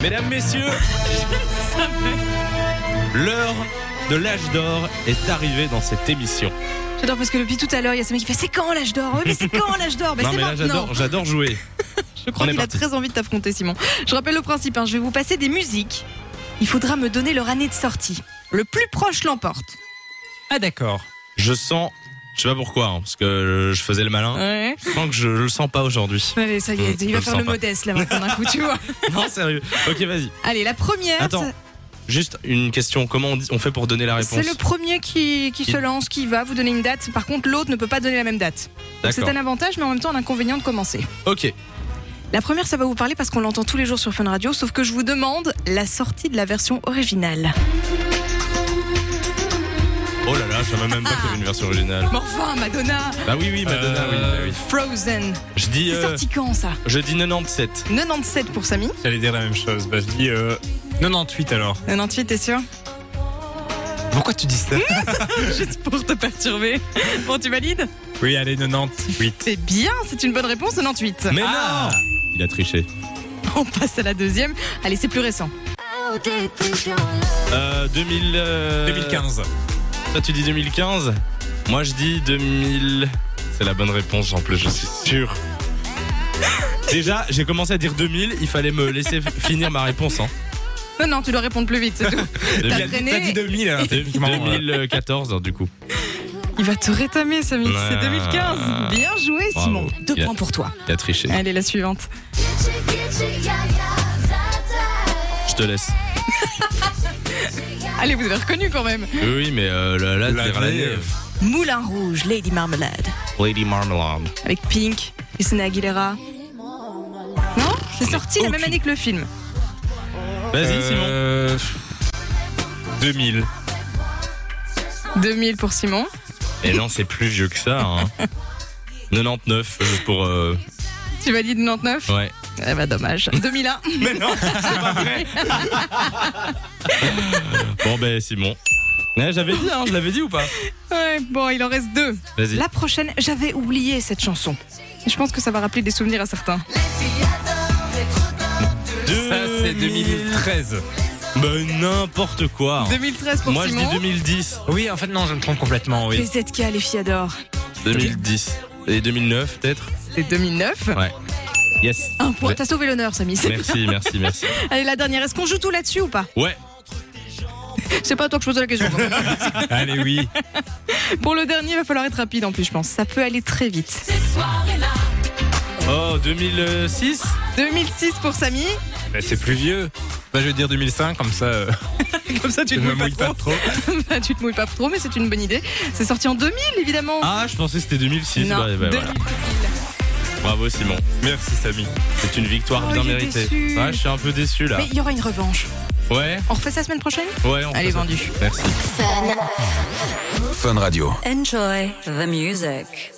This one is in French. Mesdames, Messieurs, l'heure de l'âge d'or est arrivée dans cette émission. J'adore parce que depuis tout à l'heure, il y a ce mec qui fait C'est quand l'âge d'or Oui, mais c'est quand l'âge d'or Ben, non, C'est mais là, maintenant j'adore, j'adore jouer. Je crois On est qu'il a parti. très envie de t'affronter, Simon. Je rappelle le principe hein, je vais vous passer des musiques. Il faudra me donner leur année de sortie. Le plus proche l'emporte. Ah d'accord. Je sens, je sais pas pourquoi, hein, parce que je faisais le malin. Ouais. Je sens que je, je le sens pas aujourd'hui. Allez, ça y Mmh, est, il je va le faire sens le pas. modeste là maintenant d'un coup, tu vois. Non, sérieux. Ok, vas-y. Allez, la première, Attends, Juste une question. Comment on, dit- on fait pour donner la c'est- c'est réponse le premier qui, qui se lance, qui va vous donner une date. Par contre, l'autre ne peut pas donner la même date. Donc, C'est D'accord. un avantage, mais en même temps un inconvénient de commencer. Ok. La première, ça va vous parler parce qu'on l'entend tous les jours sur Fun Radio, sauf que je vous demande la sortie de la version originale. Oh là là, je savais même pas qu'il y avait une version originale. Mais enfin, Madonna Bah oui, oui, Madonna, Euh, oui, bah Frozen oui. Je dis, C'est euh, sorti quand ça je dis 97. 97 pour Samy. J'allais dire la même chose. Bah je dis euh, 98 alors. 98, t'es sûr Pourquoi tu dis ça Juste pour te perturber. Bon, tu valides Oui allez 98. C'est bien, c'est une bonne réponse, 98. Mais Ah. non Il a triché. On passe à la deuxième. Allez, c'est plus récent. Euh, 2000, euh, 2015. Toi tu dis 2015 Moi je dis 2000. C'est la bonne réponse en plus, je suis sûr. Déjà, j'ai commencé à dire 2000, il fallait me laisser finir ma réponse. Hein. Non, Oh non, tu dois répondre plus vite. c'est tout. T'as 2000, traîné. T'as dit 2000 hein, techniquement. 2014 hein, du coup. Il va te rétamer, Samy. C'est Ah. 2015. Bien joué, Bravo. Simon. Deux Il a- points pour toi. T'as triché. Allez, la suivante. Je te laisse. Allez, vous avez reconnu quand même. Oui, oui, mais euh, là, là, L'année, dire l'année, euh, Moulin Rouge, Lady Marmalade. euh, Lady Marmalade. Avec Pink, Christina Aguilera. Non C'est sorti la même année que le film. Vas-y, Simon. Euh, 2000. 2000 pour Simon. Et non, c'est plus vieux que ça. hein. 99, juste pour. euh, Tu valides 99 ouais. Eh ben dommage. 2001. Mais non, c'est pas vrai. Bon, ben, Simon. Ouais, j'avais dit, hein, je l'avais dit ou pas Ouais, bon, il en reste deux. Vas-y. La prochaine, j'avais oublié cette chanson. Je pense que ça va rappeler des souvenirs à certains. Ça c'est 2013. Ben n'importe quoi. hein. 2013 pour Ah. Moi je Simon. dis 2010. Oui en fait non je me trompe complètement oui. PZK, les filles adorent. 2010. Et 2009 peut-être C'est 2009. Ouais. Yes. Un point. Ah. Ouais. T'as sauvé l'honneur, Samy. Ah, c'est bien. Merci, merci, merci. Allez, la dernière. Est-ce qu'on joue tout là-dessus ou pas Ouais. C'est pas à toi que je pose la question. quand même. Allez oui. pour le dernier, il va falloir être rapide en plus, je pense. Ça peut aller très vite. Oh, 2006 2006 pour Samy. Bah, c'est plus vieux. Bah je vais dire 2005 comme ça. euh, Comme ça, tu je te me mouilles mouille pas pas trop. trop. Bah, tu te mouilles pas trop, mais c'est une bonne idée. C'est sorti en 2000, évidemment. Ah, je pensais que c'était 2006. non, Ouais, bah, 2000. voilà. Bravo Simon. Merci Samy. C'est une victoire Oh, bien il est méritée. déçu. Ouais, je suis un peu déçu là. Mais il y aura une revanche. Ouais, On refait ça la semaine prochaine ouais, on Elle fait est ça. vendue. Merci. Fun Radio. Enjoy the music.